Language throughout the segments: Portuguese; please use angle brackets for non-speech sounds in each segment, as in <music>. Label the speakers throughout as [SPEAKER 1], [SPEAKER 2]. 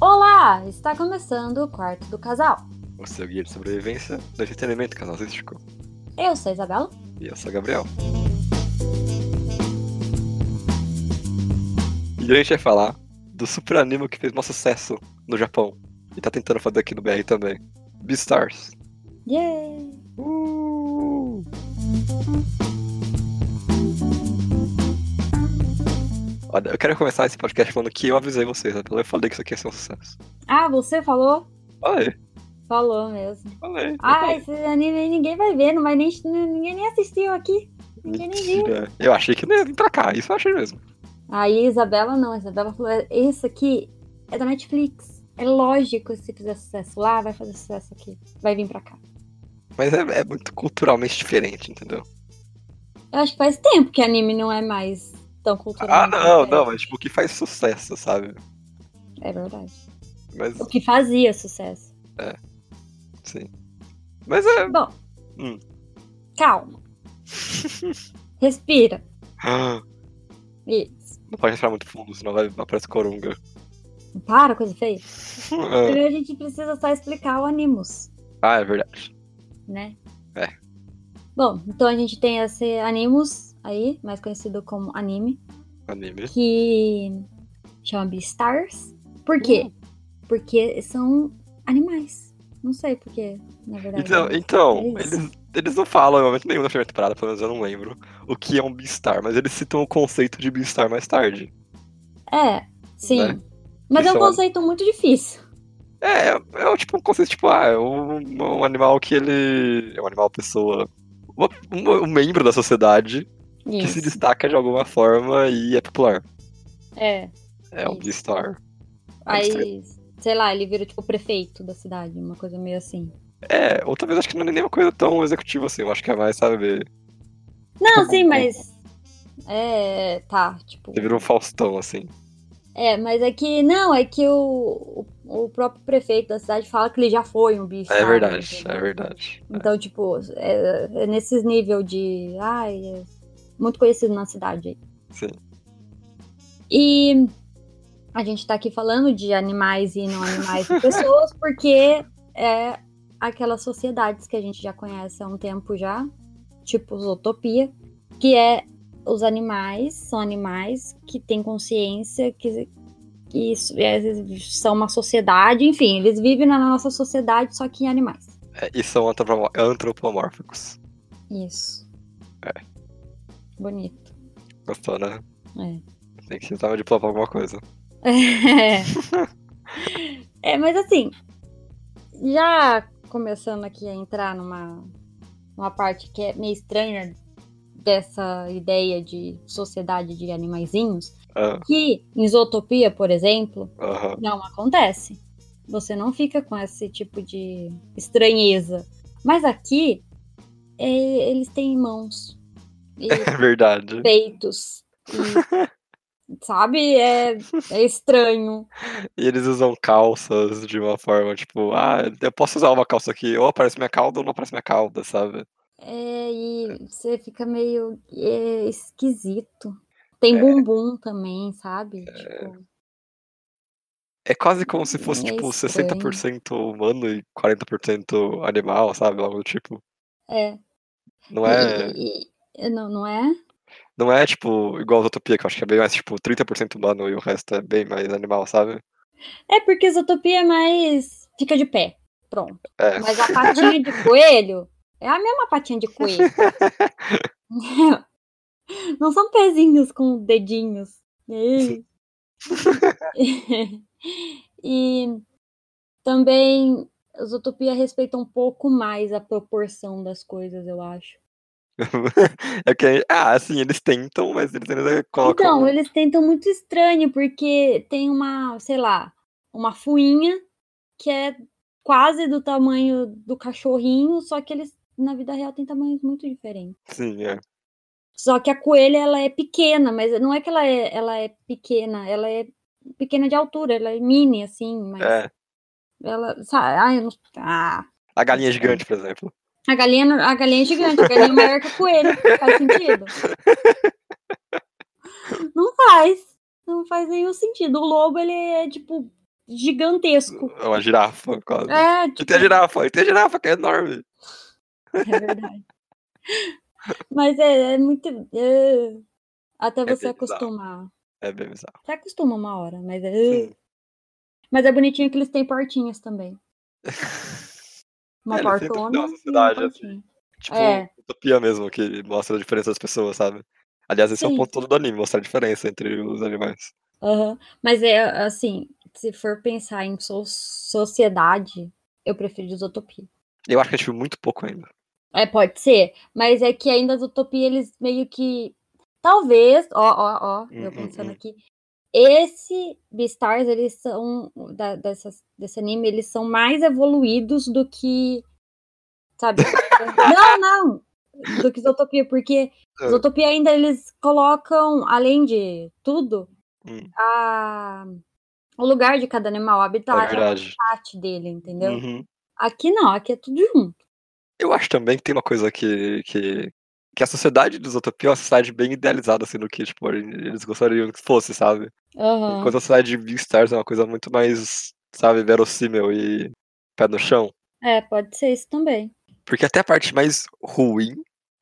[SPEAKER 1] Olá, está começando o quarto do casal.
[SPEAKER 2] O seu guia de sobrevivência do entretenimento casalístico.
[SPEAKER 1] Eu sou a Isabela.
[SPEAKER 2] E eu sou o Gabriel. E hoje a gente vai falar do super anime que fez maior sucesso no Japão. E tá tentando fazer aqui no BR também. Beastars.
[SPEAKER 1] Yeah!
[SPEAKER 2] Uh! Olha, eu quero começar esse podcast falando que eu avisei vocês, né? eu falei que isso aqui ia ser um sucesso.
[SPEAKER 1] Ah, você falou?
[SPEAKER 2] Falei,
[SPEAKER 1] Falou mesmo.
[SPEAKER 2] falei. eu
[SPEAKER 1] Ah,
[SPEAKER 2] falei.
[SPEAKER 1] esse anime aí ninguém vai ver, não vai nem, ninguém nem assistiu aqui. Ninguém nem viu.
[SPEAKER 2] Mentira. Eu achei que não ia vir pra cá, isso eu achei mesmo.
[SPEAKER 1] Aí a Isabela não, a Isabela falou, esse aqui é da Netflix. É lógico, se fizer sucesso lá, vai fazer sucesso aqui. Vai vir pra cá.
[SPEAKER 2] Mas é- é muito culturalmente diferente, entendeu?
[SPEAKER 1] Eu acho que faz tempo que anime não é mais tão cultural. né?
[SPEAKER 2] Ah, não, não, mas tipo, o que faz sucesso, sabe?
[SPEAKER 1] É verdade.
[SPEAKER 2] Mas,
[SPEAKER 1] O que fazia sucesso.
[SPEAKER 2] sim. Mas é. <gasps>
[SPEAKER 1] Bom,
[SPEAKER 2] Hum. <laughs>
[SPEAKER 1] calma. Respira. Isso.
[SPEAKER 2] Não pode entrar muito fundo, senão vai aparecer corunga.
[SPEAKER 1] Para, coisa feia.
[SPEAKER 2] <laughs> Ah,
[SPEAKER 1] Primeiro a gente precisa só explicar o Animus,
[SPEAKER 2] Ah, é verdade.
[SPEAKER 1] né?
[SPEAKER 2] É.
[SPEAKER 1] Bom, então a gente tem esse Animus aí, mais conhecido como anime,
[SPEAKER 2] Anime.
[SPEAKER 1] que chama Beastars. Por quê?
[SPEAKER 2] Uh.
[SPEAKER 1] Porque são animais. Não sei por quê, na verdade.
[SPEAKER 2] Então, então
[SPEAKER 1] É isso.
[SPEAKER 2] eles, eles não falam em momento nenhum na primeira temporada, pelo menos eu não lembro, o que é um Beastar, mas eles citam o conceito de Beastar mais tarde.
[SPEAKER 1] É, sim.
[SPEAKER 2] Né?
[SPEAKER 1] Mas é um
[SPEAKER 2] Eles são-
[SPEAKER 1] conceito muito difícil.
[SPEAKER 2] É, é, é tipo um conceito tipo, ah, é um, um animal que ele. É um animal, pessoa. uma- um- um membro da sociedade que se
[SPEAKER 1] Isso.
[SPEAKER 2] destaca de alguma forma e é popular.
[SPEAKER 1] É.
[SPEAKER 2] É um
[SPEAKER 1] Isso.
[SPEAKER 2] Beastar. Ah,
[SPEAKER 1] Aí, sei lá, ele vira tipo o prefeito da cidade, uma coisa meio assim.
[SPEAKER 2] É, ou talvez acho que não é nem uma coisa tão executiva assim, eu acho que é mais, sabe,
[SPEAKER 1] Não,
[SPEAKER 2] Tipo,
[SPEAKER 1] sim,
[SPEAKER 2] um-
[SPEAKER 1] mas. É, tá, tipo.
[SPEAKER 2] você vira um Faustão, assim.
[SPEAKER 1] É, mas é que. Não, é que o, o, o próprio prefeito da cidade fala que ele já foi um bicho.
[SPEAKER 2] É
[SPEAKER 1] sabe?
[SPEAKER 2] verdade,
[SPEAKER 1] Entendeu?
[SPEAKER 2] é verdade.
[SPEAKER 1] Então, tipo, é, é nesses nível de. Ai, é muito conhecido na cidade aí.
[SPEAKER 2] Sim.
[SPEAKER 1] E a gente tá aqui falando de animais e não animais
[SPEAKER 2] <laughs>
[SPEAKER 1] e pessoas, porque é aquelas sociedades que a gente já conhece há um tempo já, tipo Zootopia, que é os animais, são animais que têm consciência, que, que isso- é, são uma sociedade, enfim, eles vivem na nossa sociedade, só que em animais.
[SPEAKER 2] É, e são antropo- antropomórficos.
[SPEAKER 1] Isso.
[SPEAKER 2] É.
[SPEAKER 1] Bonito.
[SPEAKER 2] Gostou, né? <laughs>
[SPEAKER 1] É.
[SPEAKER 2] Tem que citar meu diploma pra alguma coisa.
[SPEAKER 1] é, mas assim, já começando aqui a entrar numa, numa parte que é meio estranha dessa ideia de sociedade de animaizinhos,
[SPEAKER 2] Ah,
[SPEAKER 1] que em Zootopia, por exemplo,
[SPEAKER 2] Aham. <laughs>
[SPEAKER 1] não acontece. Você não fica com esse tipo de estranheza. Mas aqui, é, eles têm mãos. E
[SPEAKER 2] É verdade.
[SPEAKER 1] peitos. E, sabe? É, é estranho.
[SPEAKER 2] E eles usam calças de uma forma, tipo, ah, eu posso usar uma calça aqui, ou aparece minha cauda ou não aparece minha cauda, sabe?
[SPEAKER 1] É, e você fica meio é, esquisito. Tem bumbum também, sabe? Tipo,
[SPEAKER 2] É quase como se fosse,
[SPEAKER 1] É
[SPEAKER 2] tipo,
[SPEAKER 1] estranho.
[SPEAKER 2] 60% humano e 40% animal, sabe? Algo do tipo.
[SPEAKER 1] é.
[SPEAKER 2] Não é.
[SPEAKER 1] E- e- não, não é?
[SPEAKER 2] Não é, tipo, igual a Zootopia, que eu acho que é bem mais, tipo, 30% humano e o resto é bem mais animal, sabe?
[SPEAKER 1] É porque Zootopia é mais. fica de pé. Pronto.
[SPEAKER 2] É.
[SPEAKER 1] Mas a patinha de coelho é a mesma patinha de coelho. Não são pezinhos com dedinhos. E- <laughs> e também Zootopia respeita um pouco mais a proporção das coisas, eu acho.
[SPEAKER 2] é que, ah, assim, eles tentam, mas eles ainda colocam...
[SPEAKER 1] Então, eles tentam muito estranho, porque tem uma, sei lá, uma fuinha que é quase do tamanho do cachorrinho, só que eles, na vida real, têm tamanhos muito diferentes.
[SPEAKER 2] Sim, é.
[SPEAKER 1] Só que a coelha, ela é pequena, mas não é que ela é, ela é pequena, ela é pequena de altura, ela é mini, assim, mas
[SPEAKER 2] É.
[SPEAKER 1] ela, sabe, ai, eu não- ah.
[SPEAKER 2] A galinha
[SPEAKER 1] Sim.
[SPEAKER 2] gigante, por exemplo.
[SPEAKER 1] A galinha, não- a galinha é gigante, a galinha é maior que o coelho, faz sentido? Não faz, não faz nenhum sentido. O lobo, ele é, tipo, gigantesco.
[SPEAKER 2] É uma girafa, quase.
[SPEAKER 1] É,
[SPEAKER 2] E
[SPEAKER 1] tipo,
[SPEAKER 2] tem a girafa, e tem a girafa, que é enorme.
[SPEAKER 1] é verdade. Mas é, é muito. é, até você
[SPEAKER 2] bizarro.
[SPEAKER 1] acostumar.
[SPEAKER 2] É bem bizarro.
[SPEAKER 1] Você acostuma uma hora, mas é.
[SPEAKER 2] Sim.
[SPEAKER 1] Mas é bonitinho que eles têm portinhas
[SPEAKER 2] <laughs>
[SPEAKER 1] também. Uma
[SPEAKER 2] É, eles tentam criar
[SPEAKER 1] portona.
[SPEAKER 2] uma
[SPEAKER 1] e uma
[SPEAKER 2] sociedade, assim.
[SPEAKER 1] portinha.
[SPEAKER 2] Tipo,
[SPEAKER 1] É.
[SPEAKER 2] utopia mesmo, que mostra a diferença das pessoas, sabe? Aliás, esse é
[SPEAKER 1] Sim.
[SPEAKER 2] o ponto todo do anime, mostrar a diferença entre os animais.
[SPEAKER 1] Aham. Mas é assim, se for pensar em so- sociedade, eu prefiro Desutopia.
[SPEAKER 2] Eu acho que a gente viu muito pouco ainda.
[SPEAKER 1] É, pode ser, mas é que ainda Desutopia eles meio que. Talvez, ó, ó, ó, eu
[SPEAKER 2] Hum,
[SPEAKER 1] pensando
[SPEAKER 2] hum, hum.
[SPEAKER 1] aqui. Esse Beastars, eles são. da- dessas- desse anime, eles são mais evoluídos do que.
[SPEAKER 2] <laughs>
[SPEAKER 1] Sabe? não, não! Do que Zootopia, porque
[SPEAKER 2] Ah.
[SPEAKER 1] Zootopia ainda eles colocam, além de tudo,
[SPEAKER 2] Hum.
[SPEAKER 1] a- o lugar de cada animal, o habitat,
[SPEAKER 2] é verdade.
[SPEAKER 1] a parte dele, entendeu?
[SPEAKER 2] Uhum.
[SPEAKER 1] Aqui não, aqui é tudo junto.
[SPEAKER 2] Eu acho também que tem uma coisa que. que... Que a sociedade de Utopia é uma sociedade bem idealizada, assim, do que, tipo, eles gostariam que fosse, sabe?
[SPEAKER 1] Aham.
[SPEAKER 2] Enquanto a sociedade de Beastars é uma coisa muito mais, sabe, verossímil e pé no chão.
[SPEAKER 1] É, pode ser isso também.
[SPEAKER 2] Porque até a parte mais ruim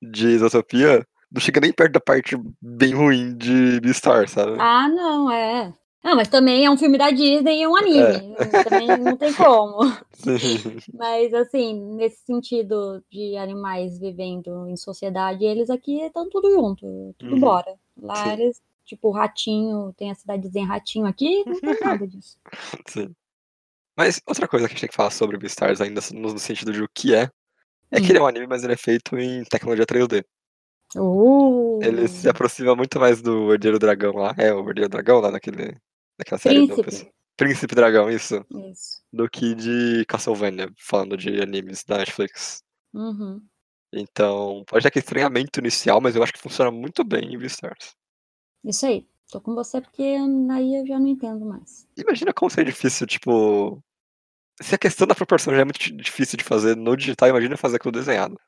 [SPEAKER 2] de Isotopia não chega nem perto da parte bem ruim de Beastars, sabe?
[SPEAKER 1] Ah, não, é. Ah, mas também é um filme da Disney e um anime.
[SPEAKER 2] É.
[SPEAKER 1] Também não tem como. <laughs>
[SPEAKER 2] Sim.
[SPEAKER 1] Mas, assim, nesse sentido de animais vivendo em sociedade, eles aqui estão tudo junto, tudo
[SPEAKER 2] Uhum.
[SPEAKER 1] bora. Lá
[SPEAKER 2] Sim.
[SPEAKER 1] eles, tipo, ratinho, tem a cidadezinha ratinho aqui, não tem nada disso.
[SPEAKER 2] <laughs> Sim. Mas outra coisa que a gente tem que falar sobre Beastars ainda no no sentido de o que é, é
[SPEAKER 1] Hum.
[SPEAKER 2] que ele é um anime, mas ele é feito em tecnologia 3D.
[SPEAKER 1] Uh,
[SPEAKER 2] Ele se aproxima muito mais do Herdeiro Dragão lá. É, o Herdeiro Dragão lá naquele, naquela série do
[SPEAKER 1] Príncipe.
[SPEAKER 2] Príncipe Dragão, isso.
[SPEAKER 1] Isso.
[SPEAKER 2] Do que de Castlevania, falando de animes da Netflix.
[SPEAKER 1] Uhum.
[SPEAKER 2] Então, pode ter aquele estranhamento inicial, mas eu acho que funciona muito bem em Beastars.
[SPEAKER 1] Isso aí. Tô com você porque aí eu já não entendo mais.
[SPEAKER 2] Imagina como seria difícil, tipo. Se a questão da proporção já é muito di- difícil de fazer no digital, imagina fazer aquilo desenhado.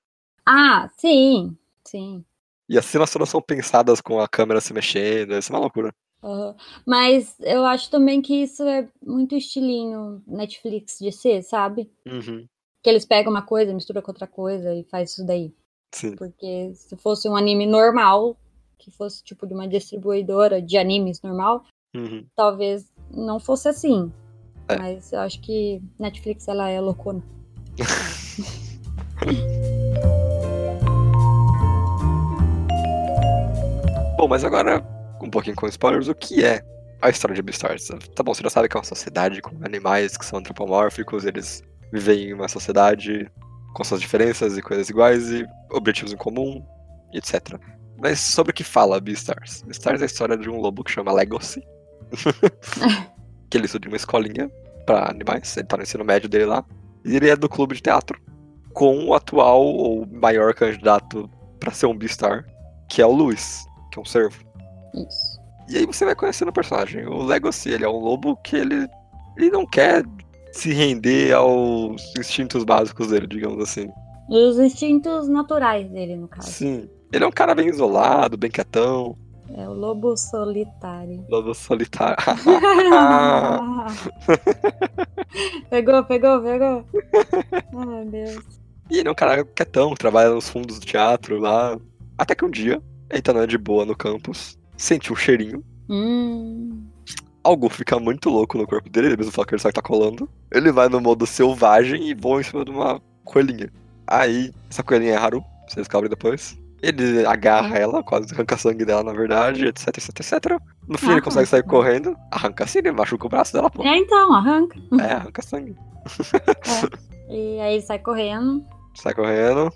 [SPEAKER 1] Ah, sim, sim.
[SPEAKER 2] E as cenas todas são pensadas com a câmera se mexendo, isso é uma loucura.
[SPEAKER 1] Aham. Mas eu acho também que isso é muito estilinho Netflix de ser, sabe?
[SPEAKER 2] Uhum.
[SPEAKER 1] Que eles pegam uma coisa, mistura com outra coisa e faz isso daí.
[SPEAKER 2] Sim.
[SPEAKER 1] Porque se fosse um anime normal, que fosse tipo de uma distribuidora de animes normal,
[SPEAKER 2] Uhum.
[SPEAKER 1] talvez não fosse assim.
[SPEAKER 2] É.
[SPEAKER 1] Mas eu acho que Netflix ela é loucona.
[SPEAKER 2] Bom, mas agora, um pouquinho com spoilers, o que é a história de Beastars? Tá bom, você já sabe que é uma sociedade com animais que são antropomórficos, eles vivem em uma sociedade com suas diferenças e coisas iguais e objetivos em comum, e etc. Mas sobre o que fala Beastars? Beastars é a história de um lobo que chama Legacy, que ele estuda em uma escolinha pra animais, ele tá no ensino médio dele lá, e ele é do clube de teatro, com o atual ou maior candidato pra ser um Beastar, que é o Luis, que é um servo.
[SPEAKER 1] Isso.
[SPEAKER 2] E aí você vai conhecendo o personagem. O Legacy, ele é um lobo que ele, ele não quer se render aos instintos básicos dele, digamos assim.
[SPEAKER 1] Os instintos naturais dele, no caso.
[SPEAKER 2] Sim. Ele é um cara bem isolado, bem quietão,
[SPEAKER 1] É o lobo solitário.
[SPEAKER 2] lobo solitário. <laughs>
[SPEAKER 1] <laughs> pegou, pegou, pegou. Ai, meu Deus.
[SPEAKER 2] e ele é um cara quietão, trabalha nos fundos do teatro lá. Até que um dia, ele tá andando de boa no campus, sente um cheirinho.
[SPEAKER 1] Hum.
[SPEAKER 2] Algo fica muito louco no corpo dele, ele mesmo fala que ele sabe que tá colando. Ele vai no modo selvagem e voa em cima de uma coelhinha. Aí, essa coelhinha é Haru, vocês descobrem depois. Ele agarra ela, quase arranca sangue dela, na verdade, etc, etc, etc. No
[SPEAKER 1] Ah.
[SPEAKER 2] fim, ele consegue sair
[SPEAKER 1] Arranca.
[SPEAKER 2] correndo. Arranca sim, ele machuca o braço dela, pô.
[SPEAKER 1] É, então, arranca.
[SPEAKER 2] É, arranca sangue.
[SPEAKER 1] E aí ele sai correndo
[SPEAKER 2] Sai correndo.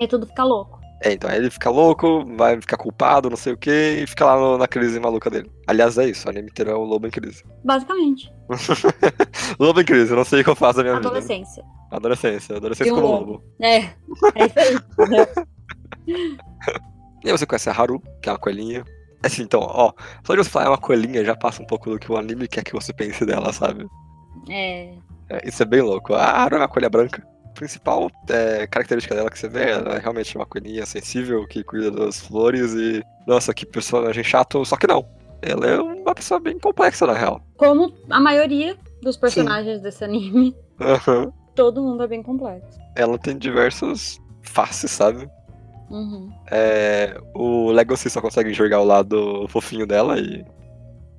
[SPEAKER 1] e tudo fica louco.
[SPEAKER 2] É, então, aí ele fica louco, vai ficar culpado, não sei o que, e fica lá no- na crise maluca dele. Aliás, é isso, o anime inteiro é o lobo em crise.
[SPEAKER 1] Basicamente.
[SPEAKER 2] Lobo em crise, eu não sei o que eu faço na minha vida. né?
[SPEAKER 1] Adolescência.
[SPEAKER 2] Adolescência,
[SPEAKER 1] E
[SPEAKER 2] adolescência
[SPEAKER 1] um
[SPEAKER 2] como
[SPEAKER 1] lobo.
[SPEAKER 2] lobo.
[SPEAKER 1] É. É isso aí. <laughs>
[SPEAKER 2] E aí você conhece a Haru, que é uma coelhinha. <laughs> Assim, então, ó, só de você falar é uma coelhinha já passa um pouco do que o anime quer que você pense dela, sabe?
[SPEAKER 1] É.
[SPEAKER 2] É, isso é bem louco. A Haru é uma coelha branca. A principal é, característica dela que você vê ela é realmente uma coelhinha sensível que cuida das flores e. Nossa, que personagem chato, só que não. Ela é uma pessoa bem complexa, na real.
[SPEAKER 1] Como a maioria dos personagens desse anime.
[SPEAKER 2] Aham.
[SPEAKER 1] Todo mundo é bem complexo.
[SPEAKER 2] Ela tem diversas faces, sabe?
[SPEAKER 1] Uhum.
[SPEAKER 2] É, o Legacy só consegue enxergar o lado fofinho dela e,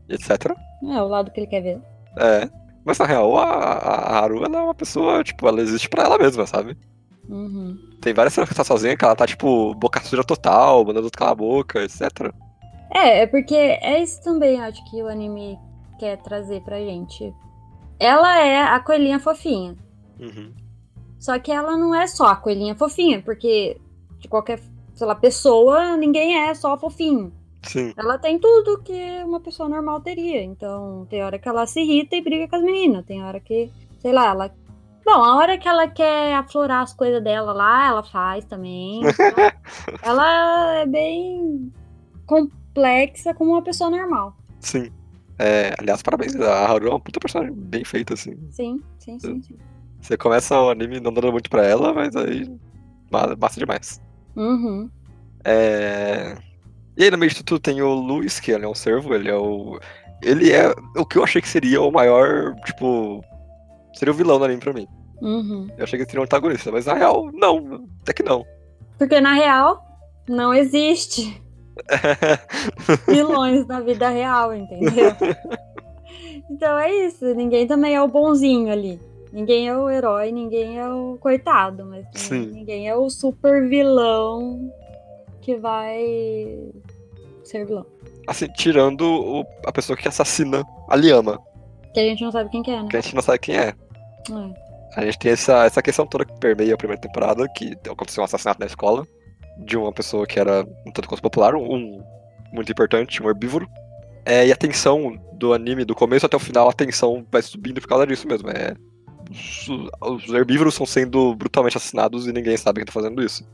[SPEAKER 2] e etc.
[SPEAKER 1] É o lado que ele quer ver.
[SPEAKER 2] É. Mas na real, a, a a Haru ela é uma pessoa, tipo, ela existe pra ela mesma, sabe?
[SPEAKER 1] Uhum.
[SPEAKER 2] Tem várias cenas que tá sozinha que ela tá, tipo, boca suja total, mandando outro calar a boca, etc.
[SPEAKER 1] É, é porque é isso também, acho que o anime quer trazer pra gente. Ela é a coelhinha fofinha.
[SPEAKER 2] Uhum.
[SPEAKER 1] Só que ela não é só a coelhinha fofinha, porque de qualquer, sei lá, pessoa, ninguém é só fofinho.
[SPEAKER 2] Sim.
[SPEAKER 1] Ela tem tudo que uma pessoa normal teria. Então, tem hora que ela se irrita e briga com as meninas. Tem hora que, sei lá, ela. Bom, a hora que ela quer aflorar as coisas dela lá, ela faz também. Então, ela é bem complexa como uma pessoa normal.
[SPEAKER 2] Sim. É, aliás, parabéns, a Haru é uma puta personagem bem feita, assim.
[SPEAKER 1] Sim, sim, sim, sim.
[SPEAKER 2] Você começa o anime não dando muito pra ela, mas aí. ma- Massa demais.
[SPEAKER 1] Uhum.
[SPEAKER 2] É... E aí no meio disso tudo tem o Luiz, que ele é um servo, ele é o. Ele é o que eu achei que seria o maior, tipo. Seria o vilão do anime pra mim.
[SPEAKER 1] Uhum.
[SPEAKER 2] Eu achei que ele seria um antagonista, mas na real, não. Até que não.
[SPEAKER 1] Porque na real, não
[SPEAKER 2] <laughs>
[SPEAKER 1] existe vilões na vida real,
[SPEAKER 2] <laughs>
[SPEAKER 1] entendeu? Então é isso, ninguém também é o bonzinho ali. Ninguém é o herói, ninguém é o coitado, mas também
[SPEAKER 2] Sim.
[SPEAKER 1] ninguém é o super vilão que vai ser vilão.
[SPEAKER 2] assim, tirando o- a pessoa que assassina a Liama,
[SPEAKER 1] Que a gente não sabe quem que é, né?
[SPEAKER 2] que a gente não sabe quem é.
[SPEAKER 1] É.
[SPEAKER 2] A gente tem essa, essa questão toda que permeia a primeira temporada, que aconteceu um assassinato na escola de uma pessoa que era um tanto quanto popular, um muito importante, um herbívoro. É, e a tensão do anime, do começo até o final, a tensão vai subindo por causa disso mesmo. É, os, os herbívoros estão sendo brutalmente assassinados e ninguém sabe quem tá fazendo isso.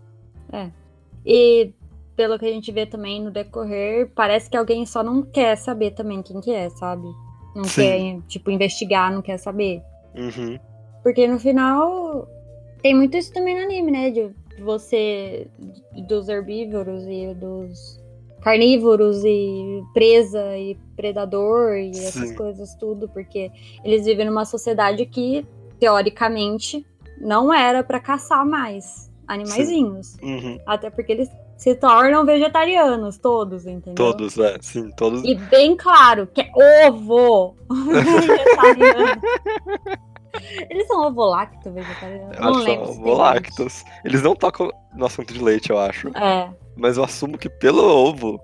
[SPEAKER 1] E pelo que a gente vê também no decorrer, parece que alguém só não quer saber também quem que é, sabe? Não
[SPEAKER 2] Sim.
[SPEAKER 1] quer, tipo, investigar, não quer saber.
[SPEAKER 2] Uhum.
[SPEAKER 1] Porque no final tem muito isso também no anime, né? De você dos herbívoros e dos carnívoros e presa e predador e essas
[SPEAKER 2] Sim.
[SPEAKER 1] coisas tudo, porque eles vivem numa sociedade que teoricamente não era pra caçar mais animaizinhos,
[SPEAKER 2] Uhum.
[SPEAKER 1] até porque eles se tornam vegetarianos todos, entendeu?
[SPEAKER 2] Todos, é. Sim, todos.
[SPEAKER 1] E bem claro que é
[SPEAKER 2] <laughs>
[SPEAKER 1] ovo <laughs> vegetariano. Eles são ovolacto vegetariano?
[SPEAKER 2] Eu
[SPEAKER 1] Não
[SPEAKER 2] acho que
[SPEAKER 1] lembro. se
[SPEAKER 2] são
[SPEAKER 1] tem
[SPEAKER 2] volactos. Eles não tocam no assunto de leite, eu acho.
[SPEAKER 1] leite. É.
[SPEAKER 2] Mas eu assumo que pelo ovo.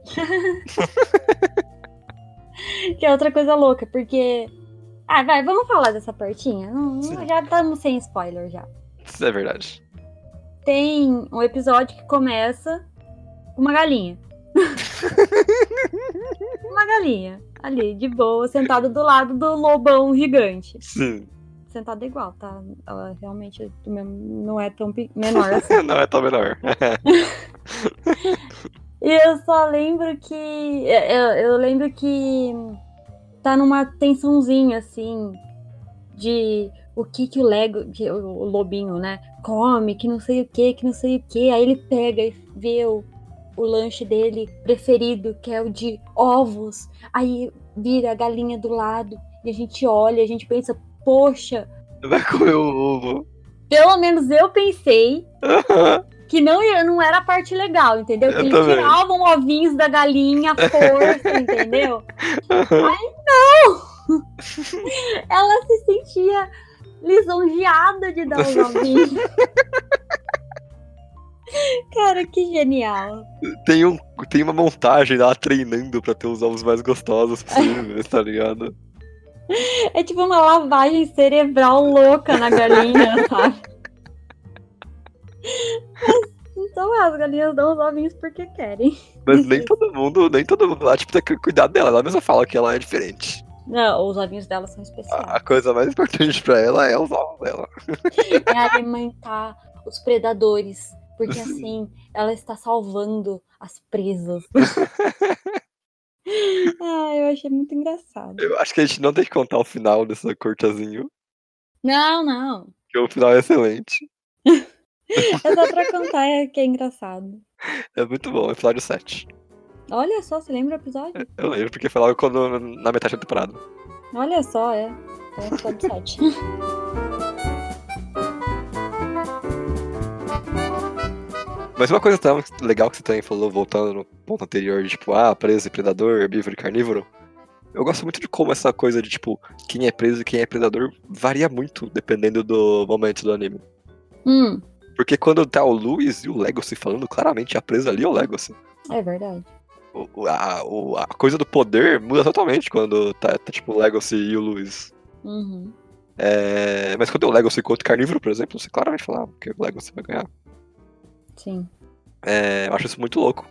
[SPEAKER 1] Que é outra coisa louca, porque. Ah, vai, vamos falar dessa partinha. Não, não,
[SPEAKER 2] Sim.
[SPEAKER 1] já estamos sem spoiler já.
[SPEAKER 2] Isso é verdade.
[SPEAKER 1] Tem um episódio que começa com uma
[SPEAKER 2] <laughs>
[SPEAKER 1] galinha. uma galinha. Ali, de boa, sentada do lado do lobão gigante.
[SPEAKER 2] Sim.
[SPEAKER 1] Sentada igual, tá? Ela realmente do mesmo- não é tão pe- menor
[SPEAKER 2] <laughs>
[SPEAKER 1] assim.
[SPEAKER 2] <laughs> Não é tão menor.
[SPEAKER 1] E eu só lembro que. Eu, eu lembro que tá numa tensãozinha, assim, de o que que o Lego, que o o lobinho, né, come, que não sei o que, que não sei o que. Aí ele pega e vê o, o lanche dele preferido, que é o de ovos. Aí vira a galinha do lado e a gente olha, a gente pensa, poxa,
[SPEAKER 2] Vai comer o ovo.
[SPEAKER 1] pelo menos eu pensei
[SPEAKER 2] Aham.
[SPEAKER 1] que não, ia- não era a parte legal, entendeu? Que
[SPEAKER 2] Eu
[SPEAKER 1] eles
[SPEAKER 2] também.
[SPEAKER 1] tiravam ovinhos da galinha à
[SPEAKER 2] <laughs>
[SPEAKER 1] força, entendeu?
[SPEAKER 2] aham.
[SPEAKER 1] Ela se sentia lisonjeada de dar
[SPEAKER 2] <laughs>
[SPEAKER 1] os ovinhos. Cara, que genial.
[SPEAKER 2] <laughs> Tem, um, tem uma montagem dela treinando pra ter os ovos mais gostosos possíveis, tá ligado?
[SPEAKER 1] É tipo uma lavagem cerebral louca na
[SPEAKER 2] <laughs>
[SPEAKER 1] galinha, sabe? Mas, Então as galinhas dão os ovinhos porque querem. <laughs>
[SPEAKER 2] Mas nem todo mundo, nem todo mundo. Ela tipo, tem que cuidar dela. Ela mesma fala que ela é diferente.
[SPEAKER 1] Não, os ovinhos delas são especiais.
[SPEAKER 2] A a coisa mais importante pra ela é os ovos dela.
[SPEAKER 1] é alimentar os predadores. Porque assim, ela está salvando as presas. ah, eu achei muito engraçado.
[SPEAKER 2] Eu acho que a gente não tem que contar o final dessa cortazinho,
[SPEAKER 1] Não, não.
[SPEAKER 2] que o final é excelente.
[SPEAKER 1] É só pra contar é que é engraçado.
[SPEAKER 2] É muito bom, episódio 7.
[SPEAKER 1] Olha só, você lembra o episódio?
[SPEAKER 2] Eu lembro porque foi logo quando, na metade da temporada.
[SPEAKER 1] Olha só, é. É um top 7.
[SPEAKER 2] Mas uma coisa tão legal que você também falou, voltando no ponto anterior, de tipo, ah, preso e predador, herbívoro e carnívoro. Eu gosto muito de como essa coisa de, tipo, quem é preso e quem é predador varia muito dependendo do momento do anime.
[SPEAKER 1] Hum,
[SPEAKER 2] Porque quando tá o Luis e o Legacy falando, claramente a presa ali é o Legacy.
[SPEAKER 1] é verdade.
[SPEAKER 2] O- o- a, o- a coisa do poder muda totalmente quando tá, tá, tipo, o Legacy e o Luis.
[SPEAKER 1] Uhum.
[SPEAKER 2] É, mas quando é o Legacy contra o Carnívoro, por exemplo, você claramente fala ah, que o Legacy vai ganhar.
[SPEAKER 1] Sim.
[SPEAKER 2] É, eu acho isso muito louco.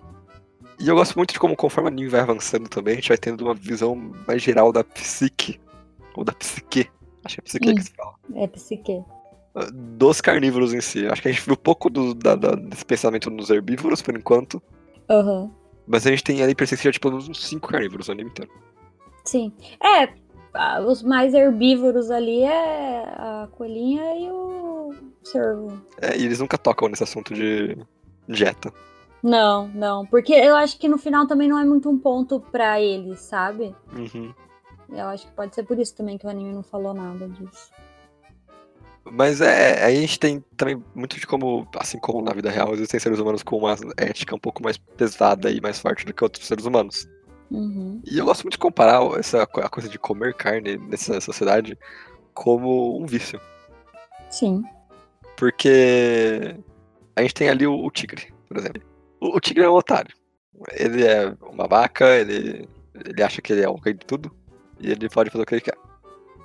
[SPEAKER 2] E eu gosto muito de como, conforme o anime vai avançando também, a gente vai tendo uma visão mais geral da psique. Ou da psique. Acho que é psique
[SPEAKER 1] Hum.
[SPEAKER 2] que se fala.
[SPEAKER 1] É psique.
[SPEAKER 2] Ah, Dos carnívoros em si. Acho que a gente viu pouco do- da- da- desse pensamento nos herbívoros, por enquanto.
[SPEAKER 1] Aham.
[SPEAKER 2] Mas a gente tem ali perspectiva de pelo menos uns 5 carnívoros no anime inteiro.
[SPEAKER 1] Sim. É, ah, os mais herbívoros ali é a colinha e o cervo.
[SPEAKER 2] É, e eles nunca tocam nesse assunto de dieta.
[SPEAKER 1] Não, não. Porque eu acho que no final também não é muito um ponto pra eles, sabe?
[SPEAKER 2] Uhum.
[SPEAKER 1] Eu acho que pode ser por isso também que o anime não falou nada disso.
[SPEAKER 2] Mas é, aí a gente tem também muito de como, assim como na vida real, existem seres humanos com uma ética um pouco mais pesada e mais forte do que outros seres humanos.
[SPEAKER 1] Uhum.
[SPEAKER 2] E eu gosto muito de comparar essa co- a coisa de comer carne nessa sociedade como um vício.
[SPEAKER 1] Sim.
[SPEAKER 2] Porque a gente tem ali o, o tigre, por exemplo. O, o tigre é um otário. Ele é uma vaca, ele, ele acha que ele é o rei de tudo. E ele pode fazer o que ele quer.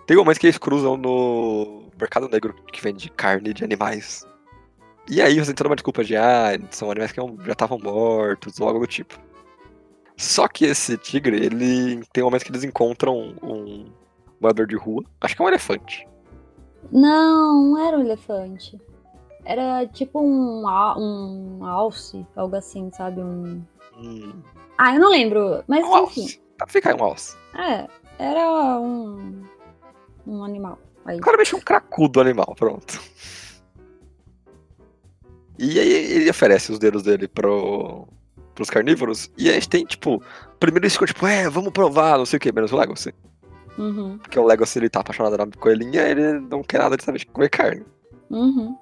[SPEAKER 2] Tem momentos que eles cruzam no mercado negro que vende carne de animais. E aí você tem toda uma desculpa de ah, são animais que já estavam mortos, ou algo do tipo. Só que esse tigre, ele tem momentos que eles encontram um morador de rua, acho que é um elefante.
[SPEAKER 1] Não, não era um elefante. Era tipo um, al- um alce, algo assim, sabe? Um...
[SPEAKER 2] Hum,
[SPEAKER 1] Ah, eu não lembro, mas
[SPEAKER 2] um
[SPEAKER 1] enfim.
[SPEAKER 2] alce. Ah, Fica aí um alce.
[SPEAKER 1] É, era um, um animal. Aí.
[SPEAKER 2] Claramente um cracudo animal, pronto. E aí ele oferece os dedos dele pro, pros carnívoros. E aí a gente tem, tipo, primeiro eles ficam, tipo, é, vamos provar, não sei o que, menos o Legolas.
[SPEAKER 1] Uhum.
[SPEAKER 2] Porque o Legolas, ele tá apaixonado na coelhinha, ele não quer nada de saber de comer carne.
[SPEAKER 1] Uhum.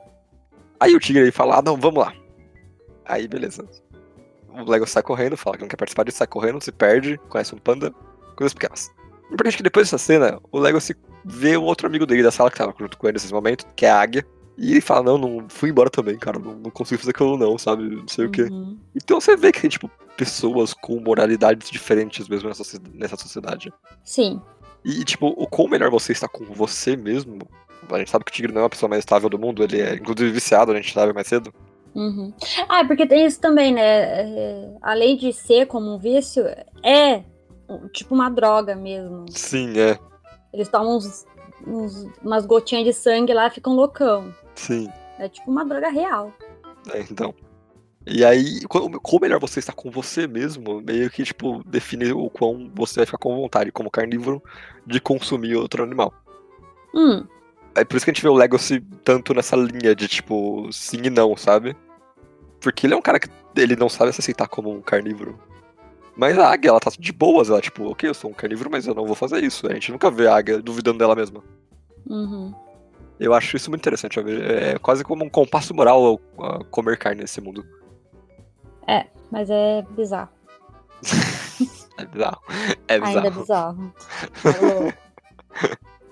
[SPEAKER 2] Aí o tigre ele fala, ah, não, vamos lá. Aí, beleza. O Legolas sai correndo, fala que não quer participar disso, sai correndo, se perde, conhece um panda, coisas pequenas. Importante que depois dessa cena, o Legolas vê um outro amigo dele da sala que tava junto com ele nesse momento, que é a águia. E ele fala, não, não fui embora também, cara, não, não consigo fazer aquilo não, sabe, não sei o quê.
[SPEAKER 1] Uhum.
[SPEAKER 2] Então você vê que tem, tipo, pessoas com moralidades diferentes mesmo nessa socie- nessa sociedade.
[SPEAKER 1] Sim.
[SPEAKER 2] E, tipo, o quão melhor você está com você mesmo. A gente sabe que o Tigre não é a pessoa mais estável do mundo, ele é inclusive viciado, a gente sabe mais cedo.
[SPEAKER 1] Uhum. Ah, porque tem isso também, né? É, Além de ser como um vício, é um- tipo uma droga mesmo.
[SPEAKER 2] Sim, é.
[SPEAKER 1] Eles tomam uns, uns- umas gotinhas de sangue lá e ficam loucão.
[SPEAKER 2] Sim.
[SPEAKER 1] É tipo uma droga real.
[SPEAKER 2] É, então. E aí, quando- quão melhor você está com você mesmo, meio que, tipo, define o quão você vai ficar com vontade, como carnívoro, de consumir outro animal.
[SPEAKER 1] Hum,
[SPEAKER 2] É por isso que a gente vê o Legacy tanto nessa linha de, tipo, sim e não, sabe? Porque ele é um cara que ele não sabe se aceitar como um carnívoro. Mas a águia, ela tá de boas, ela, tipo, ok, eu sou um carnívoro, mas eu não vou fazer isso. A gente nunca vê a águia duvidando dela mesma.
[SPEAKER 1] uhum.
[SPEAKER 2] Eu acho isso muito interessante, sabe? é quase como um compasso moral ao- a comer carne nesse mundo.
[SPEAKER 1] Mas é bizarro.
[SPEAKER 2] É bizarro. É bizarro.
[SPEAKER 1] Ainda é bizarro.
[SPEAKER 2] <laughs>
[SPEAKER 1] É louco.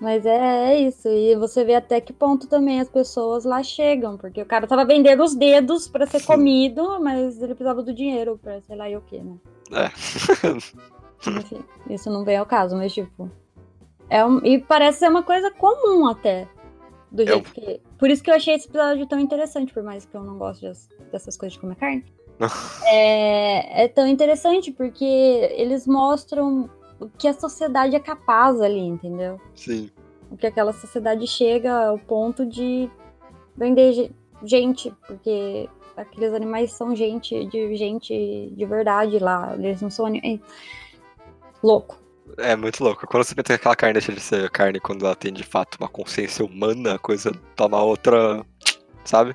[SPEAKER 1] Mas é, é isso. E você vê até que ponto também as pessoas lá chegam. Porque o cara tava vendendo os dedos pra ser
[SPEAKER 2] Sim.
[SPEAKER 1] comido, mas ele precisava do dinheiro pra sei lá e o que, né?
[SPEAKER 2] É.
[SPEAKER 1] Enfim, isso não vem ao caso, mas tipo. É um- e parece ser uma coisa comum até. Do
[SPEAKER 2] Eu-
[SPEAKER 1] jeito que. Por isso que eu achei esse episódio tão interessante, por mais que eu não goste das- dessas coisas de comer
[SPEAKER 2] <laughs>
[SPEAKER 1] carne. é, é tão interessante porque eles mostram o que a sociedade é capaz ali, entendeu?
[SPEAKER 2] Sim.
[SPEAKER 1] O que aquela sociedade chega ao ponto de vender ge- gente, porque aqueles animais são gente de gente de verdade lá. Eles não são animais. Louco.
[SPEAKER 2] É muito louco. Quando você pensa que aquela carne deixa de ser carne quando ela tem de fato uma consciência humana, a coisa toma outra. Sabe?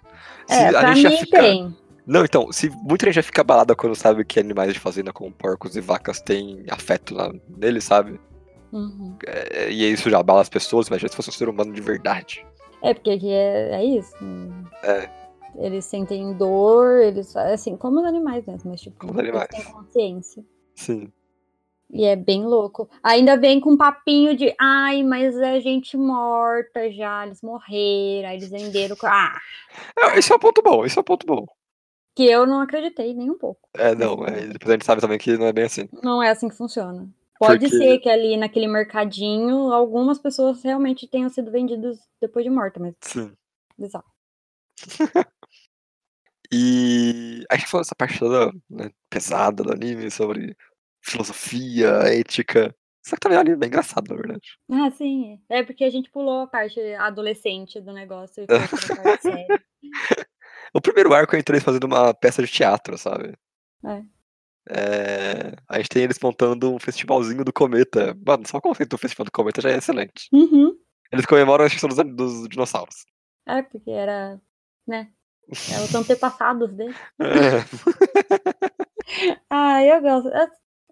[SPEAKER 1] É,
[SPEAKER 2] Se
[SPEAKER 1] pra
[SPEAKER 2] já
[SPEAKER 1] mim tem.
[SPEAKER 2] Não, então, se muita gente já fica abalada quando sabe que animais de fazenda como porcos e vacas têm afeto na- neles, sabe?
[SPEAKER 1] Uhum.
[SPEAKER 2] É, e isso já abala as pessoas, mas já se fosse um ser humano de verdade.
[SPEAKER 1] É, porque aqui é, é isso.
[SPEAKER 2] É.
[SPEAKER 1] Eles sentem dor, eles. Assim, como os animais mesmo, mas tipo,
[SPEAKER 2] Como os animais.
[SPEAKER 1] eles têm consciência.
[SPEAKER 2] Sim.
[SPEAKER 1] E é bem louco. Ainda vem com um papinho de ai, mas é gente morta já, eles morreram, aí eles venderam. o cor-". Ah,
[SPEAKER 2] É, isso é um ponto bom, isso é um ponto bom.
[SPEAKER 1] que eu não acreditei nem um pouco.
[SPEAKER 2] É, não, é, depois a gente sabe também que não é bem assim.
[SPEAKER 1] Não é assim que funciona. Pode
[SPEAKER 2] Porque-
[SPEAKER 1] ser que ali naquele mercadinho algumas pessoas realmente tenham sido vendidas depois de morta, mas
[SPEAKER 2] Sim.
[SPEAKER 1] bizarro.
[SPEAKER 2] E a gente falou dessa parte toda né, pesada do anime, sobre filosofia, ética. Só que também é um anime bem engraçado, na verdade.
[SPEAKER 1] Ah, sim. É É porque a gente pulou a parte adolescente do negócio e foi pra parte séria.
[SPEAKER 2] O primeiro arco eu entrei fazendo uma peça de teatro, sabe?
[SPEAKER 1] É.
[SPEAKER 2] É, a gente tem eles montando um festivalzinho do cometa. Mano, só o conceito do festival do cometa já é excelente.
[SPEAKER 1] Uhum.
[SPEAKER 2] Eles comemoram a extinção dos, an- dos dinossauros. <laughs>
[SPEAKER 1] É, porque era, né? É os antepassados dele.
[SPEAKER 2] É,
[SPEAKER 1] Ah, eu gosto.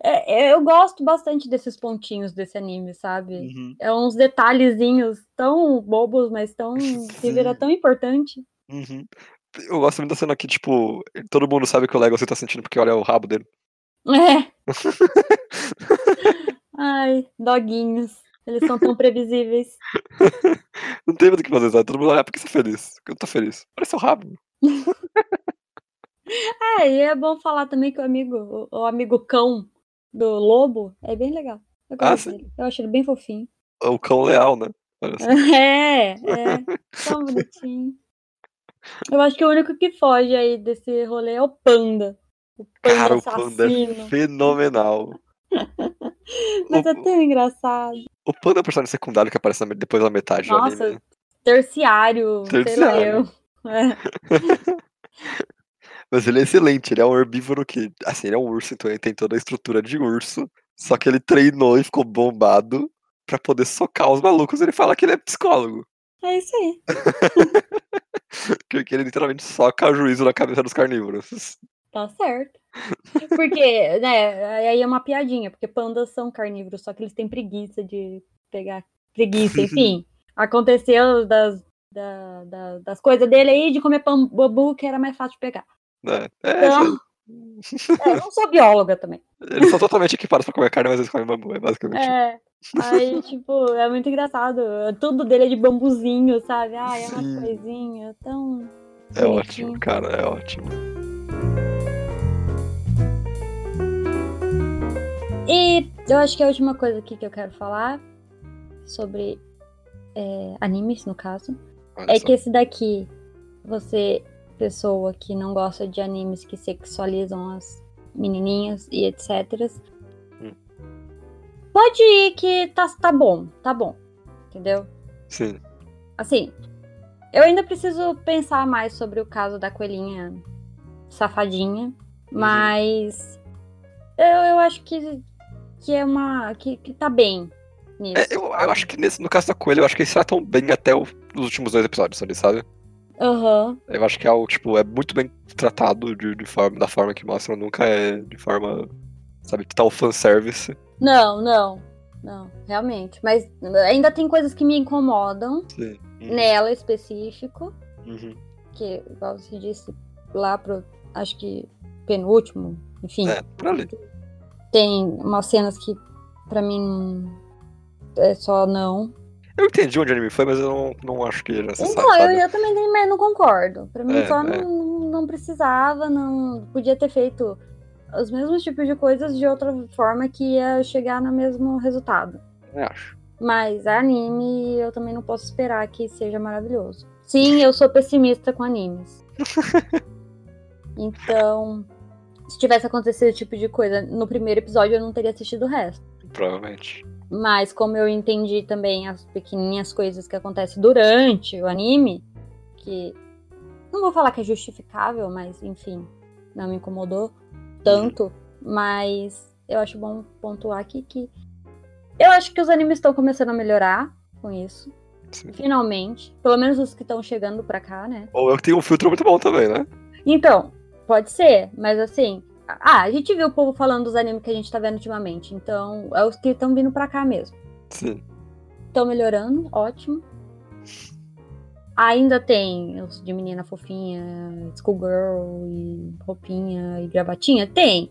[SPEAKER 1] é- é- eu gosto bastante desses pontinhos desse anime, sabe?
[SPEAKER 2] uhum,
[SPEAKER 1] É uns detalhezinhos tão bobos, mas
[SPEAKER 2] <laughs>
[SPEAKER 1] tão. que vira
[SPEAKER 2] Sim.
[SPEAKER 1] tão
[SPEAKER 2] <laughs>
[SPEAKER 1] importante.
[SPEAKER 2] uhum. Eu gosto muito da cena que, tipo, todo mundo sabe que o Lego você tá sentindo porque olha o rabo dele.
[SPEAKER 1] É. Ai, doguinhos. Eles são tão previsíveis.
[SPEAKER 2] <laughs> Não tem muito o que fazer, sabe? Todo mundo olha, por que você é feliz? Porque eu tô feliz. Olha seu rabo.
[SPEAKER 1] É, e é bom falar também que o amigo, o, o amigo cão do lobo é bem legal. Eu
[SPEAKER 2] Ah,
[SPEAKER 1] gosto
[SPEAKER 2] sim.
[SPEAKER 1] dele. Eu acho ele bem fofinho.
[SPEAKER 2] É o cão leal, né? Olha só.
[SPEAKER 1] <laughs> É, é. Tão bonitinho. Eu acho que é o único que foge aí desse rolê é o panda. O panda
[SPEAKER 2] Cara, o panda
[SPEAKER 1] É, um assassino.
[SPEAKER 2] <laughs>
[SPEAKER 1] <laughs>
[SPEAKER 2] é fenomenal.
[SPEAKER 1] Mas é
[SPEAKER 2] O,
[SPEAKER 1] tão engraçado.
[SPEAKER 2] o panda é um personagem secundário que aparece na me- depois da metade do
[SPEAKER 1] Nossa,
[SPEAKER 2] anime. né?
[SPEAKER 1] Terciário,
[SPEAKER 2] Terciário.
[SPEAKER 1] sei lá eu. É,
[SPEAKER 2] Mas ele é excelente, ele é um herbívoro que. Assim, ele é um urso, então ele tem toda a estrutura de urso. Só que ele treinou e ficou bombado pra poder socar os malucos. Ele fala que ele é psicólogo.
[SPEAKER 1] é isso aí.
[SPEAKER 2] Porque ele literalmente soca juízo na cabeça dos carnívoros.
[SPEAKER 1] Tá certo. Porque, né, aí é uma piadinha, porque pandas são carnívoros, só que eles têm preguiça de pegar
[SPEAKER 2] <laughs>
[SPEAKER 1] preguiça, enfim. Aconteceu das, da- da- das coisas dele aí de comer pão bambu, que era mais fácil de pegar.
[SPEAKER 2] Né? É,
[SPEAKER 1] Então, é, eu não sou bióloga também.
[SPEAKER 2] Eles são totalmente equipados pra comer carne, mas eles comem bambu, é basicamente.
[SPEAKER 1] <laughs> É. Aí, tipo, é muito engraçado. Tudo dele é de bambuzinho, sabe? Ai, é umas
[SPEAKER 2] Sim.
[SPEAKER 1] coisinhas tão.
[SPEAKER 2] É ótimo,
[SPEAKER 1] bonitinho.
[SPEAKER 2] cara, é ótimo.
[SPEAKER 1] E eu acho que a última coisa aqui que eu quero falar sobre é, animes, no caso,
[SPEAKER 2] Olha
[SPEAKER 1] é
[SPEAKER 2] só.
[SPEAKER 1] que esse daqui, você, pessoa que não gosta de animes que sexualizam as menininhas e etc.
[SPEAKER 2] Hum.
[SPEAKER 1] Pode ir que tá, tá bom, tá bom. Entendeu?
[SPEAKER 2] Sim.
[SPEAKER 1] Assim, eu ainda preciso pensar mais sobre o caso da coelhinha
[SPEAKER 2] Uhum.
[SPEAKER 1] safadinha, mas eu, eu acho que, que é uma. que, que tá bem nisso.
[SPEAKER 2] É, eu, eu acho que nesse, no caso da Coelho, eu acho que eles tratam bem até o- os últimos dois episódios ali, sabe?
[SPEAKER 1] Aham.
[SPEAKER 2] Eu acho que é algo, tipo, é muito bem tratado de, de forma, da forma que mostram, nunca é de forma, sabe, tal fanservice.
[SPEAKER 1] Não, não. Não, realmente. Mas ainda tem coisas que me incomodam
[SPEAKER 2] Sim.
[SPEAKER 1] nela específico.
[SPEAKER 2] Uhum.
[SPEAKER 1] Que, igual você disse, lá pro. Acho que penúltimo, enfim.
[SPEAKER 2] É, por ali.
[SPEAKER 1] Tem umas cenas que, pra mim, é só não.
[SPEAKER 2] Eu entendi onde o anime foi, mas eu não, não acho que era necessário,
[SPEAKER 1] Então, eu,
[SPEAKER 2] sabe?
[SPEAKER 1] eu também nem- mas não concordo. Pra mim
[SPEAKER 2] É,
[SPEAKER 1] só
[SPEAKER 2] é.
[SPEAKER 1] Não, não precisava, não podia ter feito os mesmos tipos de coisas de outra forma que ia chegar no mesmo resultado.
[SPEAKER 2] Eu acho.
[SPEAKER 1] Mas anime eu também não posso esperar que seja maravilhoso. Sim, eu sou pessimista com
[SPEAKER 2] <laughs>
[SPEAKER 1] animes. Então, se tivesse acontecido esse tipo de coisa no primeiro episódio, eu não teria assistido o resto.
[SPEAKER 2] Provavelmente.
[SPEAKER 1] Mas como eu entendi também as pequenininhas coisas que acontecem durante o anime, que não vou falar que é justificável, mas enfim, não me incomodou tanto, mas eu acho bom pontuar aqui que eu acho que os animes estão começando a melhorar com isso,
[SPEAKER 2] Sim.
[SPEAKER 1] finalmente, pelo menos os que estão chegando pra cá, né?
[SPEAKER 2] Ou eu que tenho um filtro muito bom também, né?
[SPEAKER 1] Então, pode ser, mas assim, ah, a gente viu o povo falando dos animes que a gente tá vendo ultimamente, então é os que estão vindo pra cá mesmo.
[SPEAKER 2] Sim.
[SPEAKER 1] Estão melhorando, ótimo. Ainda tem os de menina fofinha, schoolgirl, e roupinha e gravatinha? Tem.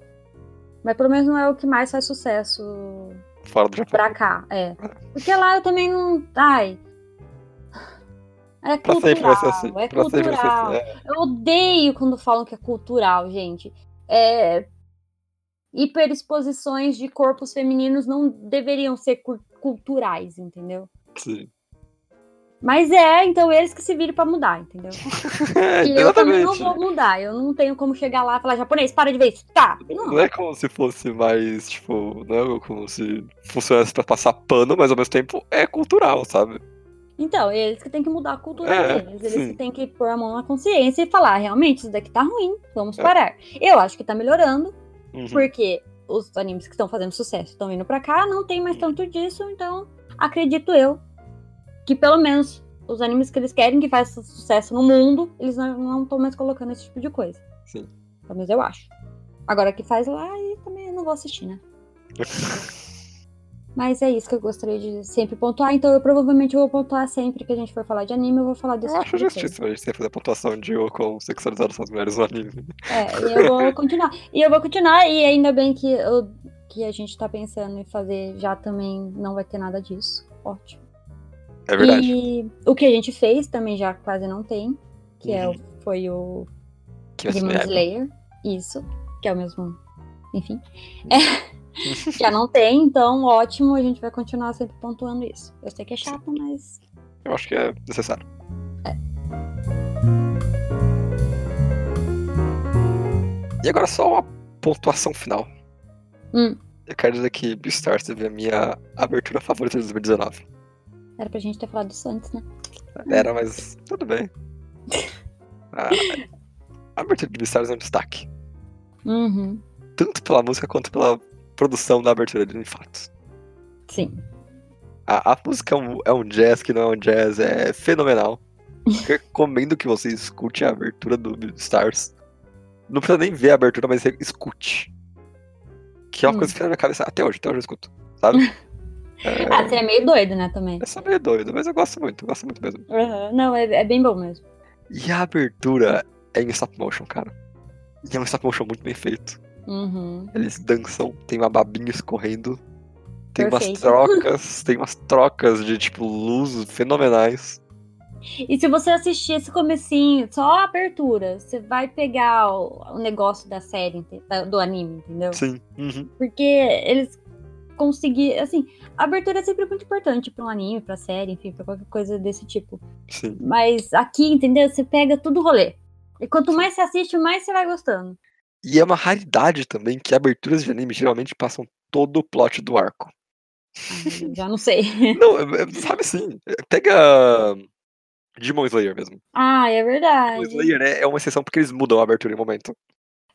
[SPEAKER 1] Mas pelo menos não é o que mais faz sucesso
[SPEAKER 2] Fora do Japão.
[SPEAKER 1] pra cá. É. Porque lá eu também não. Ai. É
[SPEAKER 2] Pra
[SPEAKER 1] cultural.
[SPEAKER 2] sempre vai ser assim.
[SPEAKER 1] É
[SPEAKER 2] pra sempre vai ser
[SPEAKER 1] cultural.
[SPEAKER 2] assim. É.
[SPEAKER 1] Eu odeio quando falam que é cultural, gente. É... Hiperexposições de corpos femininos não deveriam ser cur- culturais, entendeu?
[SPEAKER 2] Sim.
[SPEAKER 1] Mas é, então eles que se virem pra mudar,
[SPEAKER 2] <laughs>
[SPEAKER 1] entendeu? E eu também não
[SPEAKER 2] É, Exatamente.
[SPEAKER 1] vou mudar. Eu não tenho como chegar lá e falar, japonês, para de vez. Tá. Não.
[SPEAKER 2] Não é como se fosse mais, tipo, não é como se funcionasse pra passar pano, mas ao mesmo tempo é cultural, sabe?
[SPEAKER 1] Então, eles que têm que mudar a cultura
[SPEAKER 2] É,
[SPEAKER 1] deles. Eles
[SPEAKER 2] sim.
[SPEAKER 1] que têm que pôr a mão na consciência e falar, realmente, isso daqui tá ruim, vamos
[SPEAKER 2] É.
[SPEAKER 1] parar. Eu acho que tá melhorando,
[SPEAKER 2] Uhum.
[SPEAKER 1] porque os animes que estão fazendo sucesso estão indo pra cá, não tem mais
[SPEAKER 2] Uhum.
[SPEAKER 1] tanto disso, então acredito eu que pelo menos os animes que eles querem que façam sucesso no mundo, eles não estão mais colocando esse tipo de coisa.
[SPEAKER 2] Sim.
[SPEAKER 1] Pelo menos eu acho. Agora que faz lá, aí também eu não vou assistir,
[SPEAKER 2] <laughs>
[SPEAKER 1] né? Mas é isso que eu gostaria de sempre pontuar, então eu provavelmente vou pontuar sempre que a gente for falar de anime, eu vou falar desse
[SPEAKER 2] Eu
[SPEAKER 1] tipo
[SPEAKER 2] acho
[SPEAKER 1] de coisa.
[SPEAKER 2] justíssimo a gente sempre fazer a pontuação de ou com sexualizadas são as mulheres no anime.
[SPEAKER 1] É, e eu vou continuar. E eu vou continuar, e ainda bem que, eu- que a gente tá pensando em fazer já também não vai ter nada disso. Ótimo.
[SPEAKER 2] É verdade.
[SPEAKER 1] E o que a gente fez também já quase não tem, que é,
[SPEAKER 2] Uhum.
[SPEAKER 1] o- foi o
[SPEAKER 2] Que vai ser
[SPEAKER 1] Demon
[SPEAKER 2] mulher.
[SPEAKER 1] Slayer. Isso, que é o mesmo. Enfim.
[SPEAKER 2] Uhum.
[SPEAKER 1] É, <laughs> já não tem, então ótimo, a gente vai continuar sempre pontuando isso. Eu sei que é chato, mas.
[SPEAKER 2] Eu acho que é necessário.
[SPEAKER 1] É.
[SPEAKER 2] E agora só uma pontuação final.
[SPEAKER 1] Hum.
[SPEAKER 2] Eu quero dizer que Beastars teve a minha abertura favorita de 2019.
[SPEAKER 1] Era pra gente ter falado isso antes, né?
[SPEAKER 2] Era, mas tudo bem. <laughs> A, a abertura de Beastars é um destaque.
[SPEAKER 1] Uhum.
[SPEAKER 2] Tanto pela música quanto pela produção da abertura, de fato.
[SPEAKER 1] Sim.
[SPEAKER 2] A, a música é um, é um jazz que não é um jazz, é fenomenal. Recomendo que você escute a abertura do Stars. Não precisa nem ver a abertura, mas re- escute. Que é uma
[SPEAKER 1] Hum.
[SPEAKER 2] coisa que fica na minha cabeça até hoje, até hoje eu escuto, sabe?
[SPEAKER 1] Ah,
[SPEAKER 2] é,
[SPEAKER 1] você é meio doido, né, também.
[SPEAKER 2] é só meio doido, mas eu gosto muito, eu gosto muito mesmo.
[SPEAKER 1] Uhum. Não, é, é bem bom mesmo.
[SPEAKER 2] E a abertura é em stop motion, cara. E é um stop motion muito bem feito.
[SPEAKER 1] Uhum.
[SPEAKER 2] Eles dançam, tem uma babinha escorrendo. Tem umas
[SPEAKER 1] Perfeito.
[SPEAKER 2] trocas, tem umas trocas de tipo luz fenomenais.
[SPEAKER 1] E se você assistir esse comecinho, só a abertura, você vai pegar o, o negócio da série, ente- da- do anime, entendeu?
[SPEAKER 2] Sim. Uhum.
[SPEAKER 1] Porque eles conseguiram, assim, a abertura é sempre muito importante pra um anime, pra série, enfim, pra qualquer coisa desse tipo.
[SPEAKER 2] Sim.
[SPEAKER 1] Mas aqui, entendeu? Você pega tudo o rolê. E quanto mais você assiste, mais você vai gostando.
[SPEAKER 2] E é uma raridade também que aberturas de anime geralmente passam todo o plot
[SPEAKER 1] <laughs>
[SPEAKER 2] do arco.
[SPEAKER 1] Ah, eu Já não sei. <laughs>
[SPEAKER 2] Não, é- é- sabe sim. é, Pega. hum, Demon Slayer mesmo.
[SPEAKER 1] Ah, é
[SPEAKER 2] Demon
[SPEAKER 1] verdade.
[SPEAKER 2] Slayer é, é uma exceção porque eles mudam a abertura em um momento.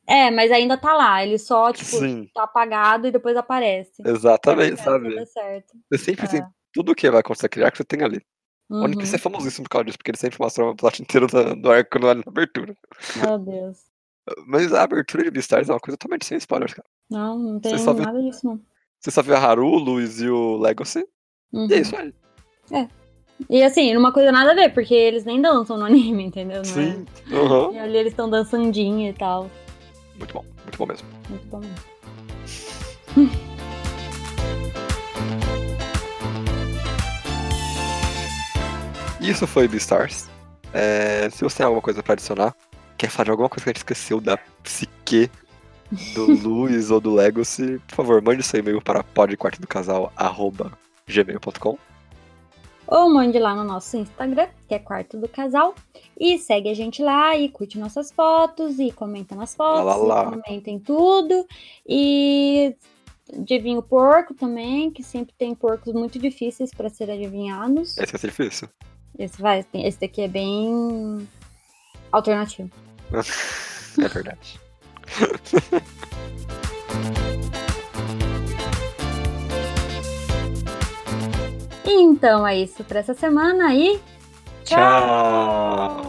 [SPEAKER 1] É, mas ainda tá lá. Ele só, tipo,
[SPEAKER 2] Sim,
[SPEAKER 1] tá apagado e depois aparece.
[SPEAKER 2] exatamente,
[SPEAKER 1] Tá certo,
[SPEAKER 2] sabe?
[SPEAKER 1] Tá certo.
[SPEAKER 2] Você sempre
[SPEAKER 1] É.
[SPEAKER 2] tem tudo que vai acontecer aquele arco, você tem ali. O One
[SPEAKER 1] Uhum.
[SPEAKER 2] Piece é famosíssimo por causa disso, porque ele sempre mostra o plot inteiro do, do arco na, na abertura.
[SPEAKER 1] Meu Deus.
[SPEAKER 2] Mas a abertura de Beastars é uma coisa totalmente sem spoilers, cara.
[SPEAKER 1] Não, não
[SPEAKER 2] Você
[SPEAKER 1] tem
[SPEAKER 2] só viu-
[SPEAKER 1] nada disso, não.
[SPEAKER 2] Você só vê a Haru, o Luiz e o Legacy,
[SPEAKER 1] Uhum.
[SPEAKER 2] e é isso aí.
[SPEAKER 1] E assim, uma coisa nada a ver, porque eles nem dançam no anime, entendeu? Não é?
[SPEAKER 2] Sim. Aham.
[SPEAKER 1] E ali eles estão dançandinho e tal.
[SPEAKER 2] Muito bom, muito bom mesmo.
[SPEAKER 1] Muito bom.
[SPEAKER 2] Isso foi Beastars. É, se você tem alguma coisa pra adicionar, quer falar de alguma coisa que a gente esqueceu da psique do Luiz ou do Legacy, por favor, mande seu e-mail para podquartodocasal.gmail.com
[SPEAKER 1] Ou mande lá no nosso Instagram, que é Quarto do Casal. E segue a gente lá e curte nossas fotos e comenta nas fotos.
[SPEAKER 2] Lá, lá, lá.
[SPEAKER 1] E comenta em tudo. E adivinha o porco também, que sempre tem porcos muito difíceis para ser adivinhados.
[SPEAKER 2] Esse vai ser assim é difícil.
[SPEAKER 1] Esse, vai, esse daqui é bem alternativo.
[SPEAKER 2] é verdade.
[SPEAKER 1] Então é isso para essa semana e
[SPEAKER 2] Tchau!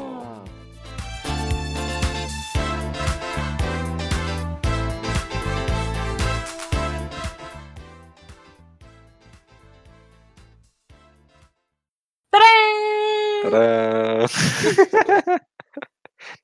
[SPEAKER 2] Tcharam.